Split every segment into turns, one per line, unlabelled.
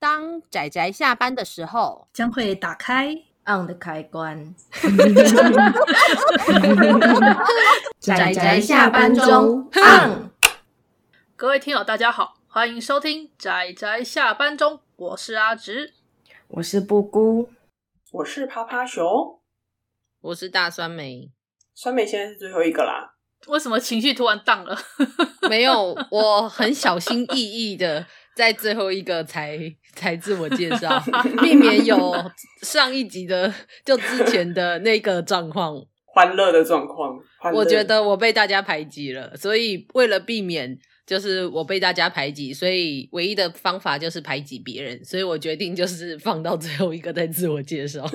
当仔仔下班的时候，
将会打开。
on 的开关。
宅宅
仔仔
下
下
班
班
中
中 on。
各位听友，大家好，欢迎收听《仔仔下班中》，我是阿直。
我是布姑，
我是趴趴熊，
我是大酸梅，
酸梅现在是最后一个啦。
为什么情绪突然荡了？
没有，我很小心翼翼的在最后一个才才自我介绍， 避免有上一集的就之前的那个状 况。
欢乐的状况，欢乐
我觉得我被大家排挤了，所以为了避免就是我被大家排挤，所以唯一的方法就是排挤别人，所以我决定就是放到最后一个再自我介绍。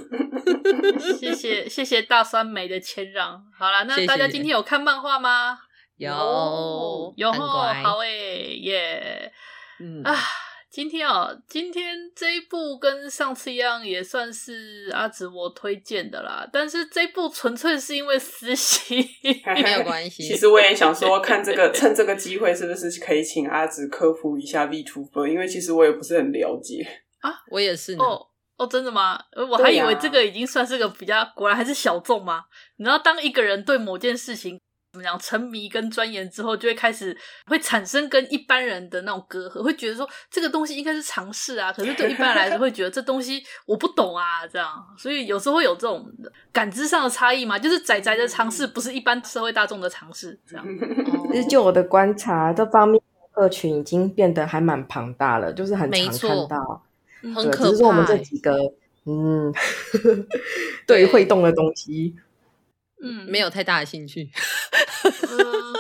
谢谢谢谢大酸梅的谦让。好啦，
谢
那
谢
大家今天有看漫画吗？
有
哦
有
很
吼，
乖，
啊
好诶，耶、
嗯
啊！今天哦，今天这一部跟上次一样，也算是阿紫我推荐的啦。但是这一部纯粹是因为私心，
没有关系
其实我也想说，看这个趁这个机会，是不是可以请阿紫科普一下 V Tuber？因为其实我也不是很了解。
我也是呢。
哦哦，真的吗？呃我还以为这个已经算是个比较，果然还是小众嘛。你知道，当一个人对某件事情怎么讲沉迷跟钻研之后，就会开始会产生跟一般人的那种隔阂，会觉得说这个东西应该是尝试啊，可是对一般人来说会觉得这东西我不懂啊，这样，所以有时候会有这种感知上的差异嘛，就是仔仔的尝试不是一般社会大众的尝试，这样。
其实就我的观察，这方面客群已经变得还蛮庞大了，就是很
没
常
错
看到，
很
对
可
只是说我们
怕
这
欸
几个，嗯， 对于会动的东西，
嗯，
没有太大的兴趣。
呃，嗯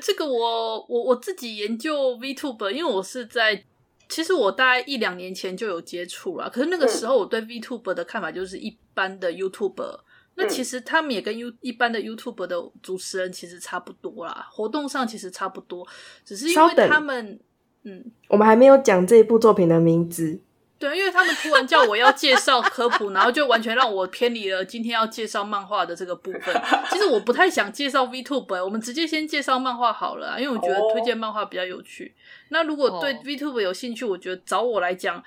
这个我我我自己研究 VTuber，因为我是在，其实我大概一两年前就有接触了，可是那个
嗯
时候我对 VTuber 的看法就是一般的 YouTuber。那
嗯
其实他们也跟 U 一般的 YouTuber 的主持人其实差不多啦，活动上其实差不多，只是因
稍
为
等
他们，嗯，
我们还没有讲这一部作品的名字，
对，因为他们突然叫我要介绍科普，然后就完全让我偏离了今天要介绍漫画的这个部分。其实我不太想介绍 VTube，、我们直接先介绍漫画好了啊，因为我觉得
哦
推荐漫画比较有趣。那如果对
哦
VTube 有兴趣，我觉得找我来讲，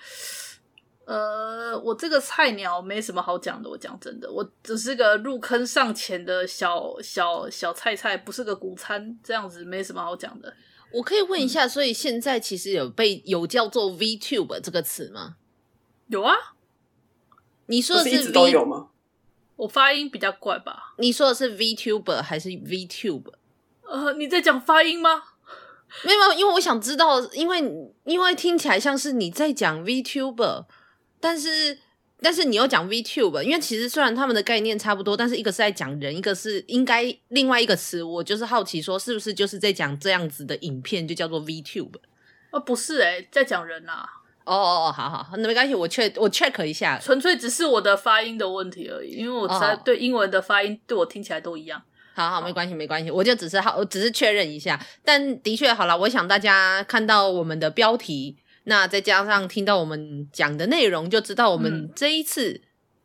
呃，我这个菜鸟没什么好讲的。我讲真的，我只是个入坑尚浅的小小小菜菜，不是个谷餐，这样子没什么好讲的。
我可以
嗯
问一下，所以现在其实有被有叫做 VTube 这个词吗？
有啊，
你
不
说的
是一直
V，
都有吗？
我发音比较怪吧？
你说的是 VTuber 还是 VTube？
呃，你在讲发音吗？
没有，没有，因为我想知道，因为因为听起来像是你在讲 VTuber，但是但是你又讲 VTuber，因为其实虽然他们的概念差不多，但是一个是在讲人，一个是应该另外一个词，我就是好奇说是不是就是在讲这样子的影片就叫做 VTube？
哦，不是哎、在讲人啊，
哦哦哦，好好，好那没关系，我 check 我 check 一下，
纯粹只是我的发音的问题而已，因为我实在
哦
对英文的发音对我听起来都一样。
好好，没关系，没关系，我就只是好，我只是确认一下。但的确，好了，我想大家看到我们的标题，那再加上听到我们讲的内容，就知道我们
嗯
这一次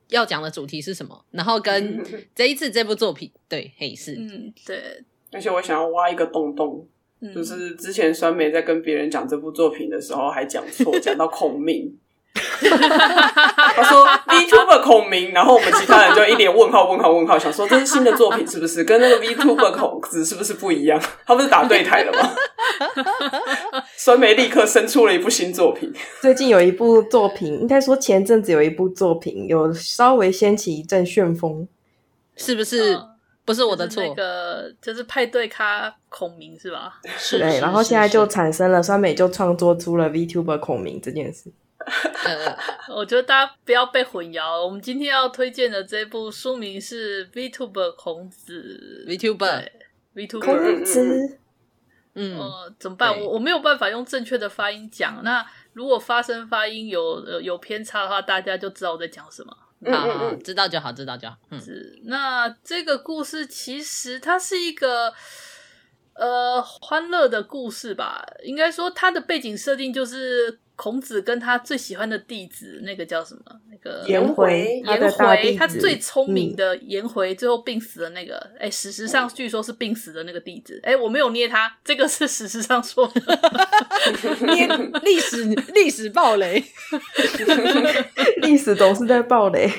要讲的主题是什么，然后
嗯
跟 这一次这部作品，对，嘿是，
嗯，对，
而且我想要挖一个洞洞，
嗯，
就是之前酸梅在跟别人讲这部作品的时候，还讲错，讲到孔明。他说 VTuber 孔明，然后我们其他人就一脸问号问号问号，想说这是新的作品是不是？跟那个 VTuber 孔子是不是不一样？他不是打对台了吗？酸梅立刻生出了一部新作品，
最近有一部作品，应该说前阵子有一部作品有稍微掀起一阵旋风，
是不是、
嗯
不是我
就
的
是
错？
那个就是派对咖孔明是吧？
是
对，
是
然后
是
现在
是
就产生了酸美就创作出了 VTuber 孔明这件事。
呃，
我觉得大家不要被混淆。我们今天要推荐的这部书名是《VTuber 孔子》
VTuber
对 VTuber
孔子，
嗯，
呃，怎么办？
对
我我没有办法用正确的发音讲。那如果发声发音有呃有偏差的话，大家就知道我在讲什么。
嗯
好好
嗯
好，
嗯，
知道就好，知道就好，嗯，
子。那这个故事其实它是一个呃欢乐的故事吧，应该说它的背景设定就是孔子跟他最喜欢的弟子，那个叫什么？那个
颜回
他的
颜
大弟
回，
子
他最聪明
嗯
的颜回，最后病死的那个，哎，史实上据说是病死的那个弟子，哎，我没有捏他，这个是史实上说的。
嗯
捏历史历史暴雷，
历史总是在暴雷。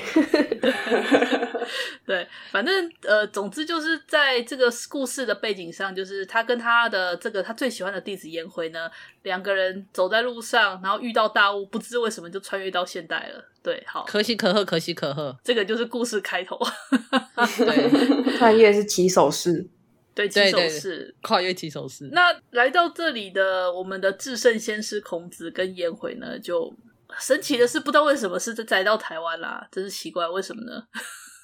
对，反正呃，总之就是在这个故事的背景上，就是他跟他的这个他最喜欢的弟子颜回呢，两个人走在路上，然后遇到大雾，不知为什么就穿越到现代了。对，好，
可喜可贺，可喜可 贺。
这个就是故事开头，
对，
穿越是起手式，
对，起
对
手
对
式。
跨越起手式。
那来到这里的我们的至圣先师孔子跟颜回呢，就神奇的是，不知道为什么是来到台湾啦，真是奇怪，为什么 呢？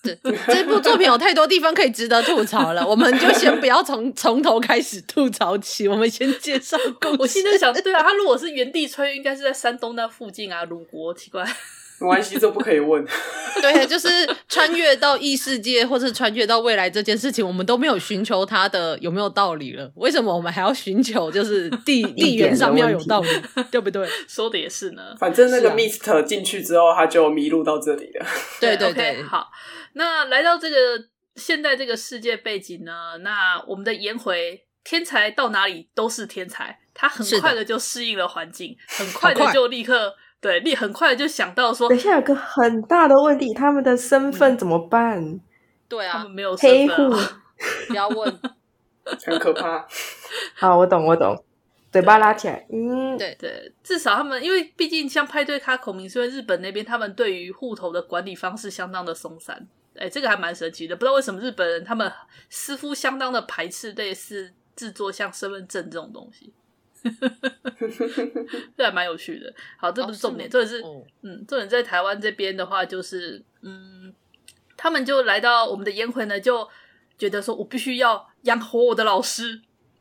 这部作品有太多地方可以值得吐槽 了，我们就先不要从 从头开始吐槽起，我们先介绍故事。
我现在想，对啊，他如果是原地穿越，应该是在山东那附近啊，鲁国，奇怪。
没关系，这不可以问。
对，就是穿越到异世界或是穿越到未来这件事情，我们都没有寻求它的有没有道理了。为什么我们还要寻求就是 地地缘上面要有道理，对不对？
说的也是呢。
反正那
是
个
啊
Mist 进去之后，他就迷路到这里了。
对对
OK，
对，
好，那来到这个现在这个世界背景呢，那我们的颜回天才到哪里都是天才，他很
是的
快的就适应了环境，很快
很
的
快
就立刻对立，很快地就想到说
等一下有个很大的问题，他们的身份怎么办？
对啊
他 们，没有
黑
身份
户
啊、
不要问，
很可怕。
好，我懂，我懂。嘴巴拉起来，嗯，
对
对，至少他们，因为毕竟像派对咖孔明，是因为日本那边他们对于户头的管理方式相当的松散，哎，这个还蛮神奇的。不知道为什么日本人他们似乎相当的排斥类似制作像身份证这种东西， 这还蛮有趣的。好，这不是
哦
重点，
吗
重点是
哦
嗯，重点在台湾这边的话，就是嗯，他们就来到我们的颜回呢，就觉得说我必须要养活我的老师，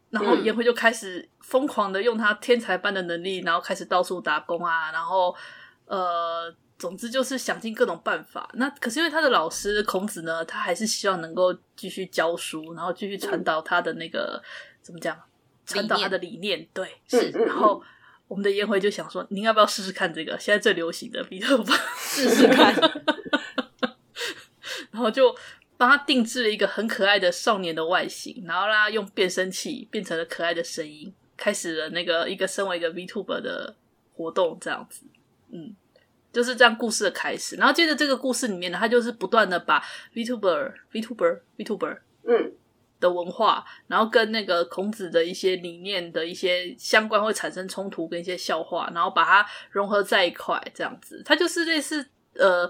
然后
嗯
颜回就开始疯狂的用他天才般的能力，然后开始到处打工啊，然后呃，总之就是想尽各种办法。那可是因为他的老师孔子呢，他还是希望能够继续教书，然后继续传
嗯
导他的那个、怎么讲，传导他的理念，对，
嗯
是
然后我们的颜回就想说，您要不要试试看这个现在最流行的比特币？
试试看。
然后就帮他定制了一个很可爱的少年的外形，然后让他用变声器变成了可爱的声音，开始了那个一个身为一个 VTuber 的活动，这样子，嗯，就是这样故事的开始。然后接着这个故事里面呢，他就是不断的把 VTuber、VTuber、VTuber
嗯，
的文化，然后跟那个孔子的一些理念的一些相关会产生冲突跟一些笑话，然后把它融合在一块，这样子，它就是类似呃，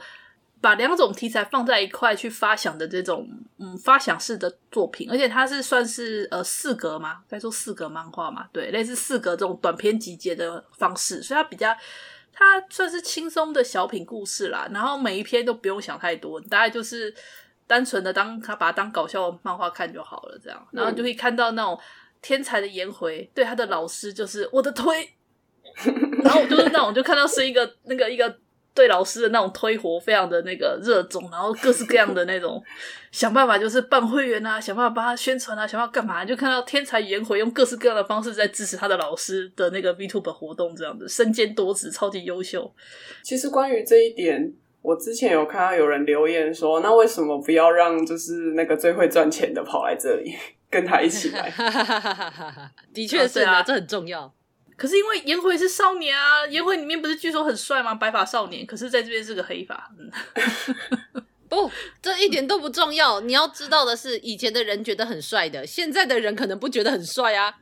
把两种题材放在一块去发想的这种嗯发想式的作品，而且它是算是呃四格嘛，该说四格漫画嘛，对，类似四格这种短篇集结的方式，所以它比较。它算是轻松的小品故事啦，然后每一篇都不用想太多，大概就是单纯的当他把它当搞笑漫画看就好了，这样，然后你就可以看到那种天才的颜回对他的老师就是我的推，然后我就是那种就看到是一个那个一个对老师的那种推活非常的那个热衷，然后各式各样的那种想办法就是办会员啊，想办法帮他宣传啊，想办法干嘛，就看到天才颜回用各式各样的方式在支持他的老师的那个 VTuber 活动，这样子身兼多职，超级优秀。
其实关于这一点，我之前有看到有人留言说，那为什么不要让就是那个最会赚钱的跑来这里，跟他一起来？
的确是
啊对啊
的，这很重要。
可是因为颜回是少年啊，颜回里面不是据说很帅吗？白发少年，可是在这边是个黑发，嗯，
不，这一点都不重要。你要知道的是，以前的人觉得很帅的，现在的人可能不觉得很帅啊。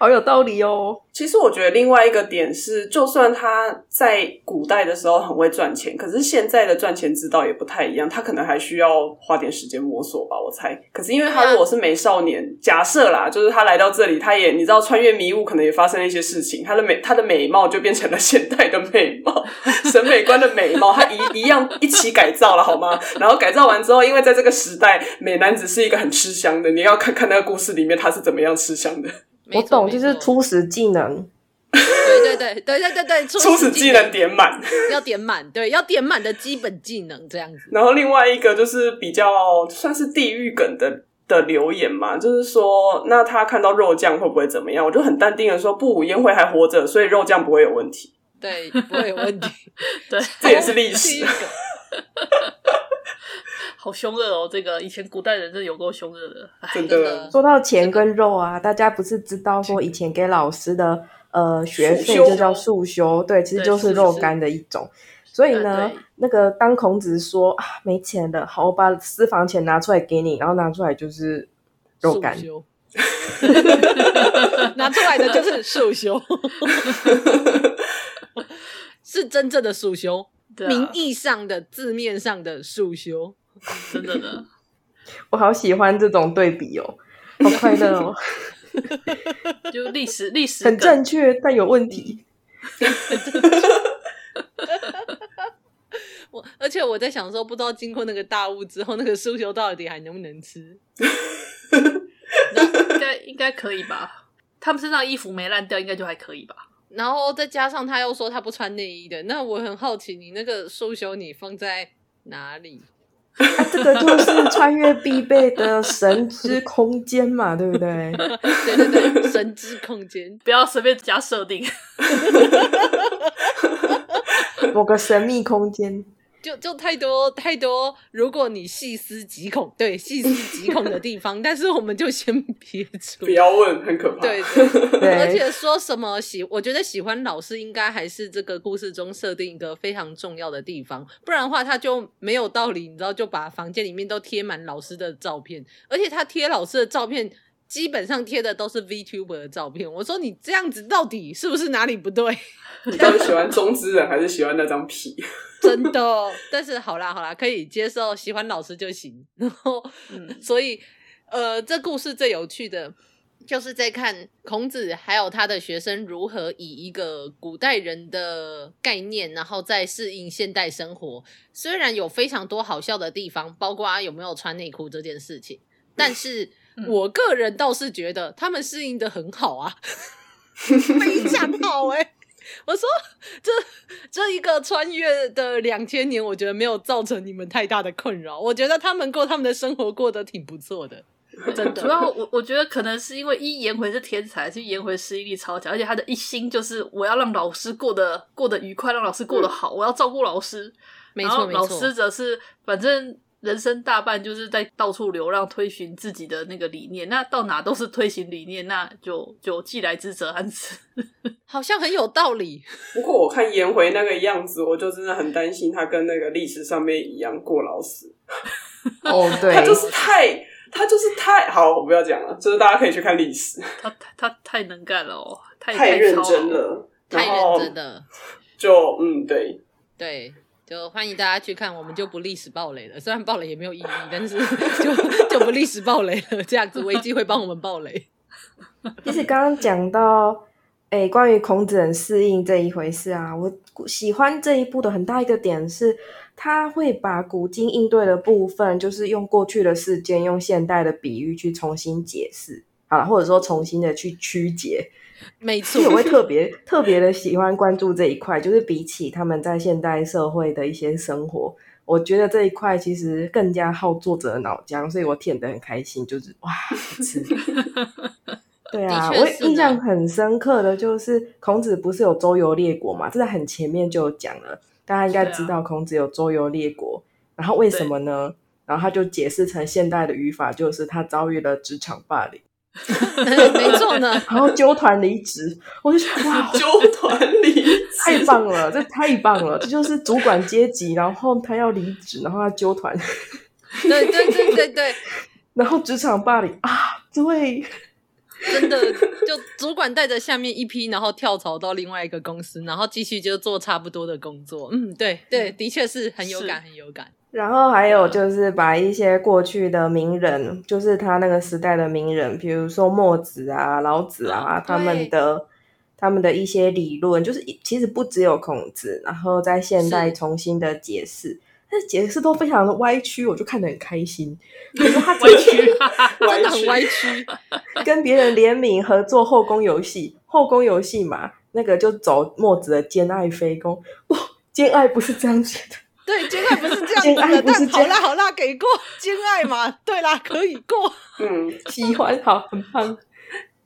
好有道理哦。
其实我觉得另外一个点是，就算他在古代的时候很会赚钱，可是现在的赚钱之道也不太一样，他可能还需要花点时间摸索吧，我猜。可是因为他如果是美少年，假设啦，就是他来到这里，他也你知道穿越迷雾，可能也发生了一些事情，他的美他的美貌就变成了现代的美貌，审美观的美貌，他一一样一起改造了好吗？然后改造完之后，因为在这个时代，美男子是一个很吃香的，你要看看那个故事里面他是怎么样吃香的。
没
我
错
懂，就是。
没错
初始技能。
对对对对对对对，初
初始技能点满，
要点满，对，要点满的基本技能这样子。
然后另外一个就是比较算是地域梗的的留言嘛，就是说，那他看到肉酱会不会怎么样？我就很淡定的说，不，颜回还活着，所以肉酱不会有问题。
对，不会有问题。
对，
这也是历史
第一 个
好凶恶哦！这个以前古代人真的有够凶恶的，哎
真
真
的
的
说到钱跟肉啊，大家不是知道说以前给老师的呃学费
束修
就叫束修，对，其实
对
就是肉干的一种。所以
啊
呢
对，
那个当孔子说啊没钱了，好，我把私房钱拿出来给你，然后拿出来就是肉干
束，修拿出来的就是束修，是真正的束修，
对啊
名义上的字面上的束修。
真的的，
我好喜欢这种对比哦，好快乐哦，
就历史历史
很
梗
正确但有问题。
我而且我在想说，不知道经过那个大雾之后，那个束修到底还能不能吃？
应该应该可以吧？他们身上衣服没烂掉，应该就还可以吧？
然后再加上他又说他不穿内衣的，那我很好奇，你那个束修你放在哪里？
啊，这个就是穿越必备的神之空间嘛，对不对？
对对对，神之空间。
不要随便加设定，
某个神秘空间。
就就太多太多，如果你细思极恐，对细思极恐的地方， 但是我们就先撇除
不。要问，很可怕。
对对，
对，
而且说什么喜，我觉得喜欢老师应该还是这个故事中设定一个非常重要的地方，不然的话他就没有道理，你知道，就把房间里面都贴满老师的照片，而且他贴老师的照片，基本上贴的都是 VTuber 的照片。我说你这样子到底是不是哪里不对？
你到底喜欢中之人还是喜欢那张皮？
真的。哦但是好啦好啦，可以接受，喜欢老师就行。 然后，
嗯
所以呃，这故事最有趣的。就是在看孔子还有他的学生如何以一个古代人的概念，然后再适应现代生活。虽然有非常多好笑的地方，包括啊有没有穿内裤这件事情，但是
嗯
我个人倒是觉得他们适应的很好啊，非常好哎、我说，这这一个穿越的两千年，我觉得没有造成你们太大的困扰。我觉得他们过他们的生活过得挺不错的， 真
主
的。
要我我觉得可能是因为一颜回是天才，就颜回适应力超强，而且他的一心就是我要让老师过得过得愉快，让老师过得好，我要照顾老师。
嗯没
然
错
后
没
老
错
师则是反正人生大半就是在到处流浪，推行自己的那个理念。那到哪都是推行理念，那就就既来之则安之。
好像很有道理。
不过我看颜回那个样子，我就真的很担心他跟那个历史上面一样过劳死。
哦，对
他，就是太，他就是太好，我不要讲了，就是大家可以去看历史，
他他他太能干了哦，太
太认真
超了。
了，
太
然后
认真了，
就嗯，对，
对，就欢迎大家去看，我们就不历史暴雷了。虽然暴雷也没有意义，但是 就就不历史暴雷了。这样子，危机会帮我们暴雷。
其实刚刚讲到，哎，关于孔子很适应这一回事啊，我喜欢这一部的很大一个点是，他会把古今应对的部分，就是用过去的事件，用现代的比喻去重新解释，好了，或者说重新的去曲解。
没
所以我
错，
会特别特别的喜欢关注这一块，就是比起他们在现代社会的一些生活，我觉得这一块其实更加耗作者的脑浆，所以我舔得很开心，就是哇，吃。对啊，
的确
我
是呢
印象很深刻的就是孔子不是有周游列国嘛？这在很前面就有讲了，大家应该
对啊
知道孔子有周游列国，然后为什么呢？然后他就解释成现代的语法，就是他遭遇了职场霸凌，
没错呢。
然后纠团离职，我就觉得 哇，
纠团离职
太棒了，这太棒了，这就是主管阶级，然后他要离职，然后他纠团，
对对对对对，
然后职场霸凌啊，对，
真的，就主管带着下面一批，然后跳槽到另外一个公司，然后继续就做差不多的工作。嗯，对对，的确是很有
是
感，很有感。
然后还有就是把一些过去的名人，就是他那个时代的名人，比如说墨子啊、老子啊，他们的他们的一些理论，就是一其实不只有孔子，然后在现代
是
重新的解释，但是解释都非常的歪曲，我就看得很开心。
委屈，
真的
歪
很
曲，
歪曲，
跟别人联名合作后宫游戏，后宫游戏嘛，那个就走墨子的《兼爱非攻》，哇，《兼爱》不是这样写的，
对，兼爱不是这样子
兼爱
的，
不是
但好
这
啦
样
好啦，给过兼爱嘛，对啦，可以过。
嗯，
喜欢好，很棒。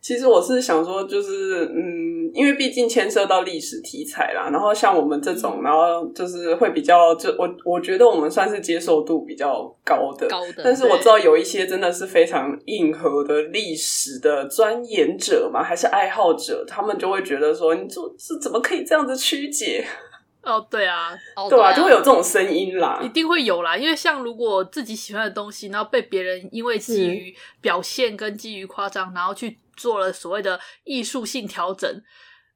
其实我是想说，就是嗯，因为毕竟牵涉到历史题材啦，然后像我们这种，然后就是会比较，就我我觉得我们算是接受度比较高的，
高的。
但是我知道有一些真的是非常硬核的历史的钻研者嘛，还是爱好者，他们就会觉得说，你这是怎么可以这样子曲解，
哦，对啊，
哦
对吧、就会有这种声音啦
一。定会有啦，因为像如果自己喜欢的东西，然后被别人因为基于表现跟基于夸张，然后去做了所谓的艺术性调整，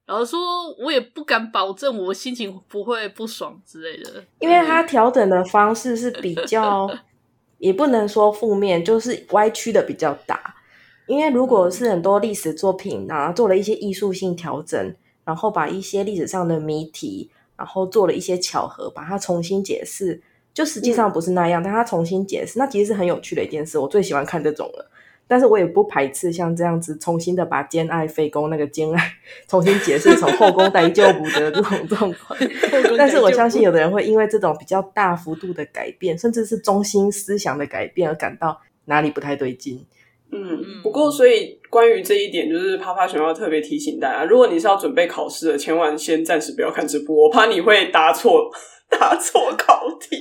然后说我也不敢保证我心情不会不爽之类的。
因为他调整的方式是比较，也不能说负面，就是歪曲的比较大。因为如果是很多历史作品啊，做了一些艺术性调整，然后把一些历史上的谜题，然后做了一些巧合，把它重新解释，就实际上不是那样，但它重新解释，那其实是很有趣的一件事。我最喜欢看这种了。但是我也不排斥像这样子重新的把兼爱非攻那个兼爱 重新解释从后宫逮救补的这种 状况，但是我相信有的人会因为这种比较大幅度的改变，甚至是中心思想的改变而感到哪里不太对劲。
嗯
嗯，
不过所以关于这一点，就是啪啪熊要特别提醒大家，如果你是要准备考试的，千万先暂时不要看直播，我怕你会答错 答错考 题。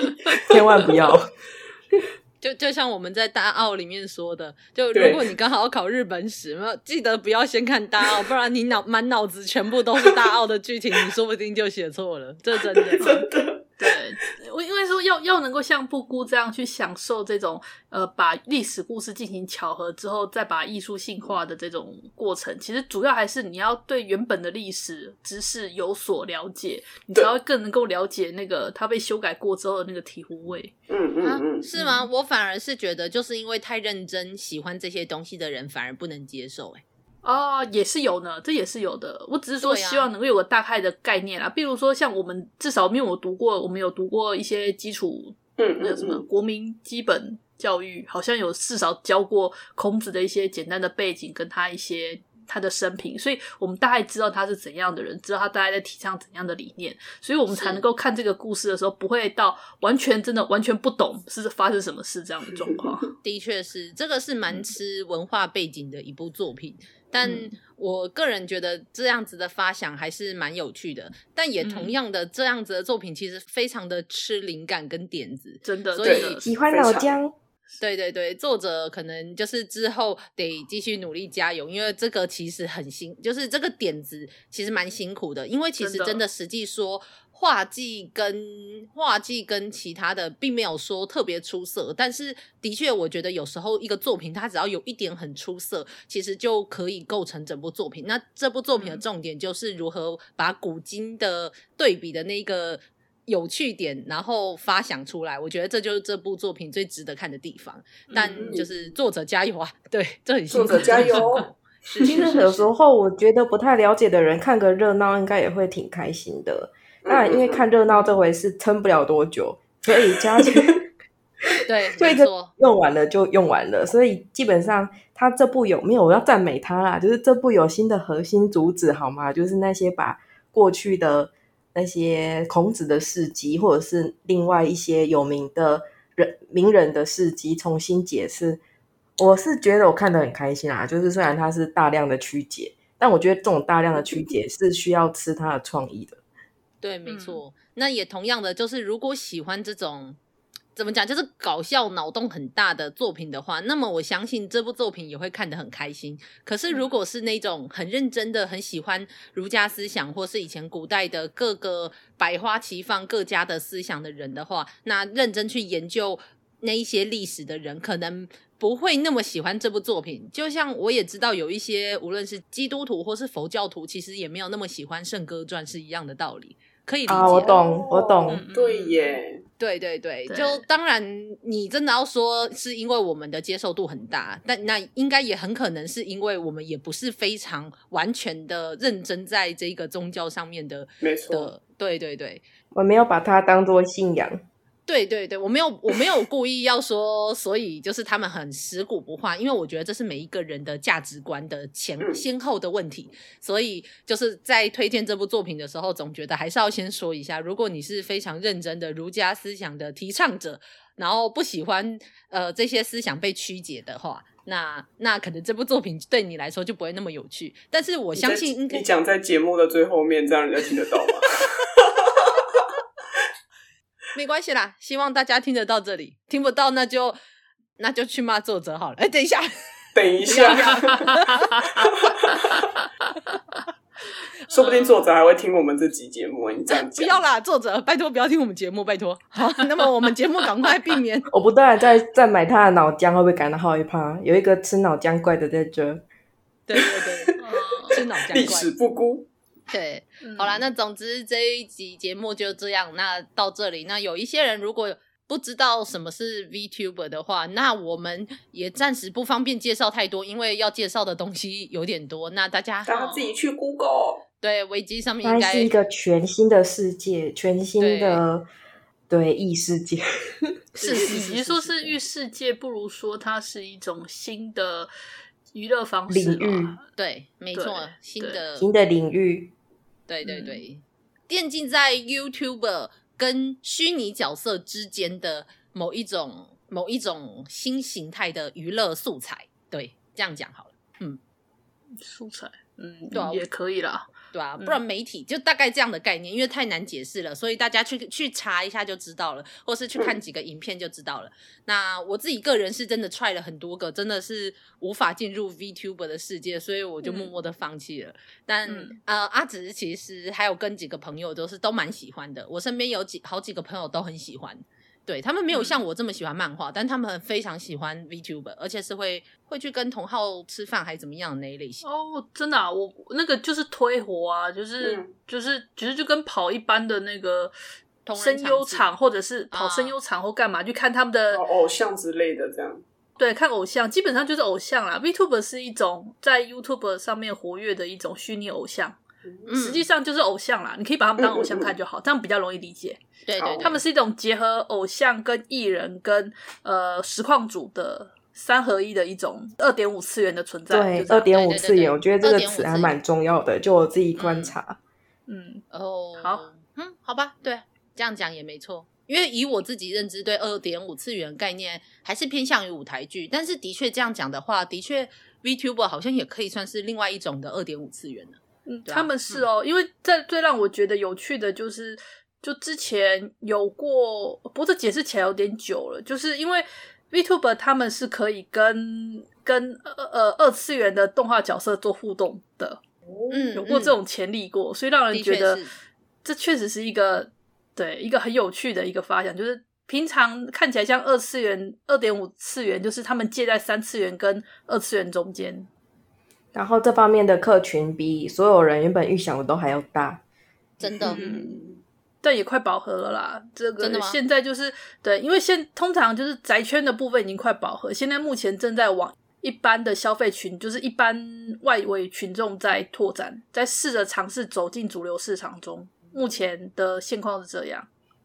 千万不要，
就就像我们在大澳里面说的，就
对
如果你刚好要考日本史，没有记得不要先看大澳，不然你脑满脑子全部都是大澳的剧情，你说不定就写错了。这 真的，
对，我因为说要要能够像布姑这样去享受这种呃，把历史故事进行巧合之后，再把艺术性化的这种过程，其实主要还是你要对原本的历史知识有所了解，你才
对
会更能够了解那个它被修改过之后的那个醍醐味。
嗯嗯
啊
嗯，
是吗？我反而是觉得，就是因为太认真喜欢这些东西的人，反而不能接受、欸。
啊、也是有呢，这也是有的。我只是说
对啊
希望能够有个大概的概念啊啦，比如说像我们至少因为我读过，我们有读过一些基础
啊
嗯
那个什么国民基本教育，好像有至少教过孔子的一些简单的背景，跟他一些他的生平，所以我们大概知道他是怎样的人，知道他大概在提倡怎样的理念，所以我们才
是
能够看这个故事的时候，不会到完全真的完全不懂是发生什么事这样的状况。
的确是，这个是蛮吃文化背景的一部作品，但
嗯
我个人觉得这样子的发想还是蛮有趣的，但也同样的，这样子的作品其实非常的吃灵感跟点子。
真的，
所
真
以
的
喜欢老
非
姜，
对对对，作者可能就是之后得继续努力加油，因为这个其实很辛，就是这个点子其实蛮辛苦的，因为其实
真的
真的实际说。画技跟画技跟其他的并没有说特别出色，但是的确，我觉得有时候一个作品它只要有一点很出色，其实就可以构成整部作品。那这部作品的
嗯
重点就是如何把古今的对比的那个有趣点，然后发想出来。我觉得这就是这部作品最值得看的地方。但就是作者加油啊！对，这很辛
作
苦
者加油！哦
是
其
是
实
是
有时候我觉得不太了解的人看个热闹，应该也会挺开心的。
嗯
嗯
当然，因为看热闹这回是撑不了多久，所以 加钱。
对，
就
没
一个
错，
用完了就用完了，所以基本上他这部有没有我要赞美他啦，就是这部有新的核心主旨好吗？就是那些把过去的那些孔子的事迹，或者是另外一些有名的人名人的事迹重新解释。我是觉得我看得很开心啊，就是虽然它是大量的曲解，但我觉得这种大量的曲解是需要吃它的创意的。
对，没错。那也同样的，就是如果喜欢这种怎么讲，就是搞笑脑洞很大的作品的话，那么我相信这部作品也会看得很开心。可
嗯
是如果是那种很认真的、很喜欢儒家思想，或是以前古代的各个百花齐放、各家的思想的人的话，那认真去研究那一些历史的人，可能不会那么喜欢这部作品。就像我也知道有一些无论是基督徒或是佛教徒，其实也没有那么喜欢《圣歌传》是一样的道理，可以理解。
啊，我懂，我懂。
嗯
对耶，
对对对，
对
就当然，你真的要说是因为我们的接受度很大，但那应该也很可能是因为我们也不是非常完全的认真在这个宗教上面的
没错
的，对对对
我没有把它当做信仰。
对对对，我没有我没有故意要说，所以就是他们很食古不化，因为我觉得这是每一个人的价值观的前
嗯
先后的问题，所以就是在推荐这部作品的时候，总觉得还是要先说一下，如果你是非常认真的儒家思想的提倡者，然后不喜欢呃这些思想被曲解的话，那那可能这部作品对你来说就不会那么有趣。但是我
我
相信应
你
该
讲在节目的最后面，这样人家听 得到吗？
没关系啦，希望大家听得到这里，听不到那就那就去骂作者好了。哎，等一下，
等一下， 说不定作者还会听我们这集节目。你这 样
不
讲，
要啦，作者，拜托不要听我们节目，拜托。 好，那么我们节目赶快避免
我不但在在买他的脑浆，会不会感到好一趴？有一个吃脑浆怪的在这，
对对对，吃脑
历
浆
史嗯
怪。
不孤，
对， 好
嗯
啦，那总之这一集节目就这样，那到这里。那有一些人如果不知道什么是 VTuber 的话，那我们也暂时不方便介绍太多，因为要介绍的东西有点多。那大家
大家自己去 Google。
对维基上面
它
应
是一
该
个全新的世界，全新的对异世界。
是
与
是
其
是
说是遇世界，不如说它是一种新的娱乐方式
领域
吧。
对，没错
对，
新的
新的领域，
对对
嗯
对，电竞在 YouTuber 跟虚拟角色之间的某一种某一种新形态的娱乐素材，对，这样讲好了，
素材，嗯，
对啊
也可以啦。
对啊，不
嗯
然媒体、就大概这样的概念，因为太难解释了，所以大家去去查一下就知道了，或是去
嗯
看几个影片就知道了。那我自己个人是真的 try 了很多个，真的是无法进入 VTuber 的世界，所以我就默默的放弃了。但、
嗯
呃，阿紫其实还有跟几个朋友都是都蛮喜欢的，我身边有几好几个朋友都很喜欢。对他们没有
嗯
像我这么喜欢漫画，但他们非常喜欢 VTuber，而且是会会去跟同好吃饭还怎么样的那一类型。
哦，真的、啊，我那个就是推火啊，就是、
嗯
就是其实就跟跑一般的那个
同人
声优
场次
场，或者是跑
啊哦
声优场或干嘛，去看他们的
呃偶像之类的，这样
对，看偶像基本上就是偶像啦。VTuber 是一种在 YouTube 上面活跃的一种虚拟偶像，
嗯
实际上就是偶像啦。你可以把他们当偶像看就好，这样比较容易理解。
对对
好
对，
他们是一种结合偶像跟艺人跟呃实况组的三合一的一种二点五次元的存在。
对
就，这
二
样
点五
对对
次元，我觉得这个
2.5
词还
次元
蛮重要的。就我自己观察，
嗯，
哦，
好，
嗯，好吧，对，这样讲也没错。因为以我自己认知，对二点五次元概念还是偏向于舞台剧，但是的确这样讲的话，的确 VTuber 好像也可以算是另外一种的二点五次元了。
嗯，
对啊
他们是哦，因为这最让我觉得有趣的就是，就之前有过，不过这解释起来有点久了，就是因为 VTuber 他们是可以跟跟呃呃二次元的动画角色做互动的，
嗯，
有过这种潜力过，所以让人
的
觉
确
得
是
这确实是一个对一个很有趣的一个发想，就是平常看起来像二次元、二点五次元，就是他们介在三次元跟二次元中间，
嗯
然后这方面的客群比所有人原本预想的都还要大。
嗯真的，
嗯，
但也快饱和了啦。这
真的
个
吗
现在就是对，因为现通常就是宅圈的部分已经快饱和，现在目前正在往一般的消费群，就是一般外围群众在拓展，在试着尝试走进主流市场中。目前的现况是这样，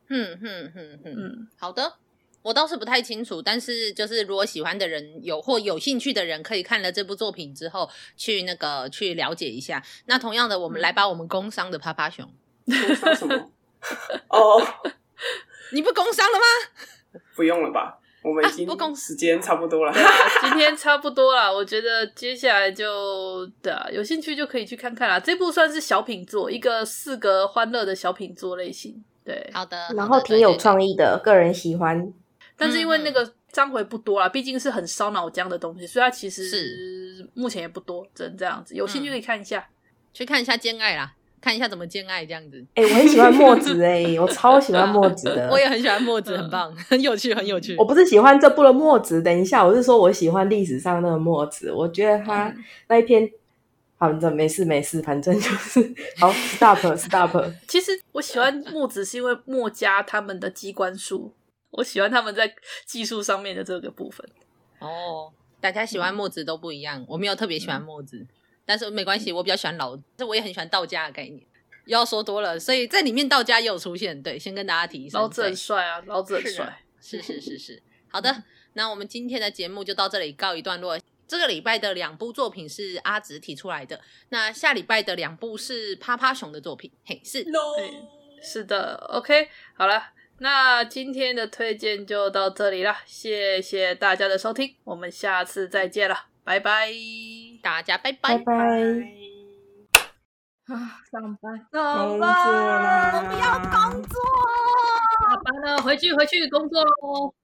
嗯嗯嗯嗯，
嗯，
好的。我倒是不太清楚，但是就是如果喜欢的人有或有兴趣的人，可以看了这部作品之后去那个去了解一下。那同样的，我们来把我们工商的趴趴熊，
工商什么？嗯 哦，
你不工商了吗？
不用了吧，我们已经
啊不公
时间差不多了。
啊今天差不多啦，我觉得接下来就对啊，有兴趣就可以去看看啦。这部算是小品作，一个四格欢乐的小品作类型。对，
好的，
然
好
后
的嗯
挺
对
有
对
创意的，个人喜欢。
但是因为
嗯嗯
那个章回不多啦，毕竟是很烧脑浆的东西，所以它其实目前也不多，只能这样子。有
嗯
兴趣可以看一下。
去看一下《兼爱》啦，看一下怎么兼爱这样子。
哎、我很喜欢墨子哎、我超喜欢墨子的。
我也很喜欢墨子，很棒，很有趣，很有趣
呃我。不是喜欢这部的墨子，等一下，我是说我喜欢历史上那个墨子，我觉得
啊
他
嗯
那一篇，好，你怎么没事没事，反正就是好，stop stop，
其实我喜欢墨子是因为墨家他们的机关术，我喜欢他们在技术上面的这个部分。
哦，大家喜欢墨子都不一样，我没有特别喜欢墨子，但是没关系，我比较喜欢老，但我也很喜欢道家的概念。又要说多了，所以在里面道家也有出现。对，先跟大家提一声，
老子
对
很帅啊，老子很
是的
帅。
是是是是，好的，那我们今天的节目就到这里告一段落。这个礼拜的两部作品是阿直提出来的，那下礼拜的两部是趴趴熊的作品，嘿，是
No，
对是的，OK，好了，那今天的推荐就到这里啦，谢谢大家的收听，我们下次再见了，拜拜。
大家拜拜
拜。拜。
啊，上班，
工
上
作
班，
啦！不要工作。
下班了，回去回去工作喽。